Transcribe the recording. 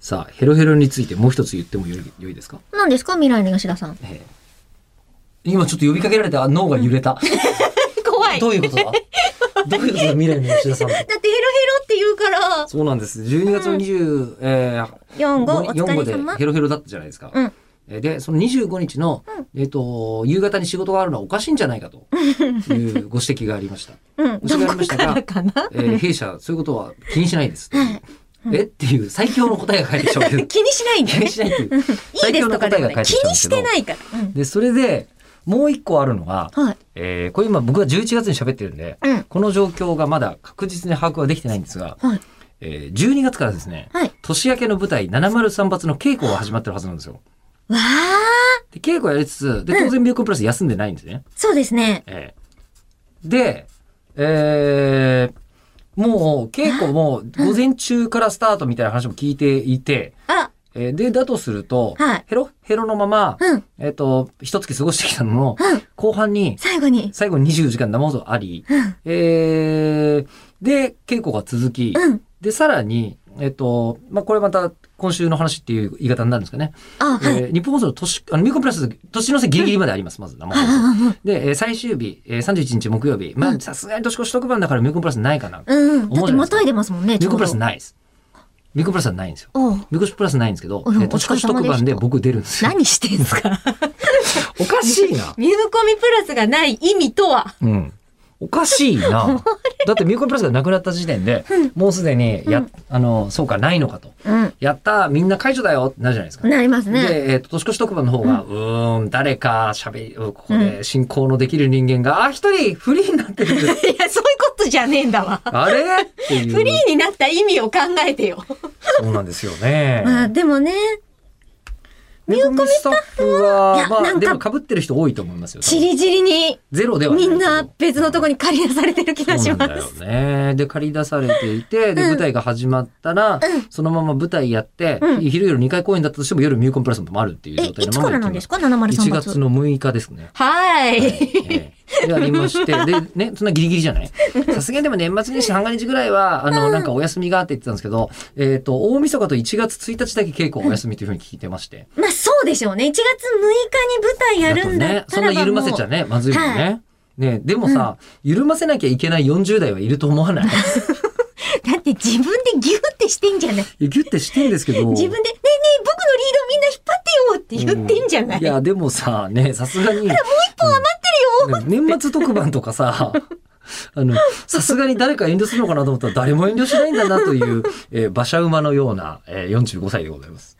さあ、ヘロヘロについてもう一つ言ってもよいよいですか、何ですか未来の吉田さん。ええ今ちょっと呼びかけられた脳が揺れた。怖い。だどういうこと だどういうことだ未来の吉田さんの。ってヘロヘロって言うか ら、そうなんです。12月の20、えー4号お四疲れで様。ヘロヘロだったじゃないですか。うんえーで、その25日の、えっ、と、夕方に仕事があるのはおかしいんじゃないかというご指摘がありま した。うん。お疲れ様でどしたこからかなえー弊社、そういうことは気にしないです。えっていう最強の答えが返ってきたわけです。 気にしないんだ気よにね。しないっていう。いい最で強すのと答かえでがも返ねっ。て気きたんでにすけしどてないから。うん。で、それで、もう一個あるのが、はい。えーこれ今僕は11月に喋ってるんで、うん。この状況がまだ確実に把握はできてないんですが、はいえー12月からですね、はい年明けの舞台703発の稽古が始まってるはずなんですよ。わー。で稽古やりつつ、で、当然ミューコンプラス休んでないんですね。そうですね。ええで、えーもう稽古も午前中からスタートみたいな話も聞いていて、あ、えーで、だとすると、はいヘロヘロのまま、うん。えっ、と、一月過ごしてきたのの、うん。後半に、最後に。最後に24時間生放送あり、うん。えーで、稽古が続き、うん。で、さらに、えっと、まあ、これまた今週の話っていう言い方になるんですかね。あ、はい。えー日本放送の年、あの、ミューコンプラス、年の瀬ギリギリまであります、まず生放はい送。はいはいはいで、えー最終日、えー、31日木曜日、まうあ、んさすがに年越し特番だからミューコンプラスないかな。ミうんうん。だ思うってじゃないまですかたいでますもんね。ューコンプラスい。ないです。ミューコンプラスはないんですよ。おうミューコンプラスないんですけど、えあでもー年越し特お疲れ様で番したで僕出るんですよ。何してんすかおかしい な。ミューコミプラスがない意味とはうん。おかしい な。だってミューコンプラスがなくなった時点で、もうすでに、や、あの、そうか、ないのかと。うん。やったーみんな解除だよってなるじゃないですか。なりますね。で、えっ、と、年越し特番の方が、うーん、誰か喋る、ここで進行のできる人間が、あ、一人フリーになってる。 いや、そういうことじゃねえんだわ。あれっていう。フリーになった意味を考えてよ。そうなんですよね。まあ、でもね、ミューコミスタッフは、いやまなあ、んかでも被ってる人多いと思いますよ。多分ちりじりに、ゼロではないみけど。んな別のとこに借り出されてる気がしそうなまんだよす。ね。 で、借り出されていて、で、うん舞台が始まったら、そのまま舞台やって、うん昼夜2回公演だったとしても夜ミューコンプラスもあるっていうえ、状態いのつままからなんですか ?703 1発。月の6日ですね。ははいい。ええでありまして、で、ね、そんなギリギリじゃないさすがにでも年末年始、半日ぐらいは、あの、なんかお休みがあって言ってたんですけど、えっ、と、大晦日と1月1日だけ稽古お休みというふうに聞いてまして。まあそうでしょうね。1月6日に舞台やるんだねっ、たそらんばなもう緩ませちゃね、まずいもんね。ね、でもさ、緩ませなきゃいけない40代はいると思わ ないだって自分でギューってしてんじゃないギュってしてんですけど。自分で、ねえねえ、僕のリードみんな引っ張ってよって言ってんじゃない、いや、でもさ、ね、さすがに。もう一本余ってるよ、年末特番とかさ、 あの、さすがに誰か遠慮するのかなと思ったら誰も遠慮しないんだなという、えー馬車馬のような、えー、45歳でございます。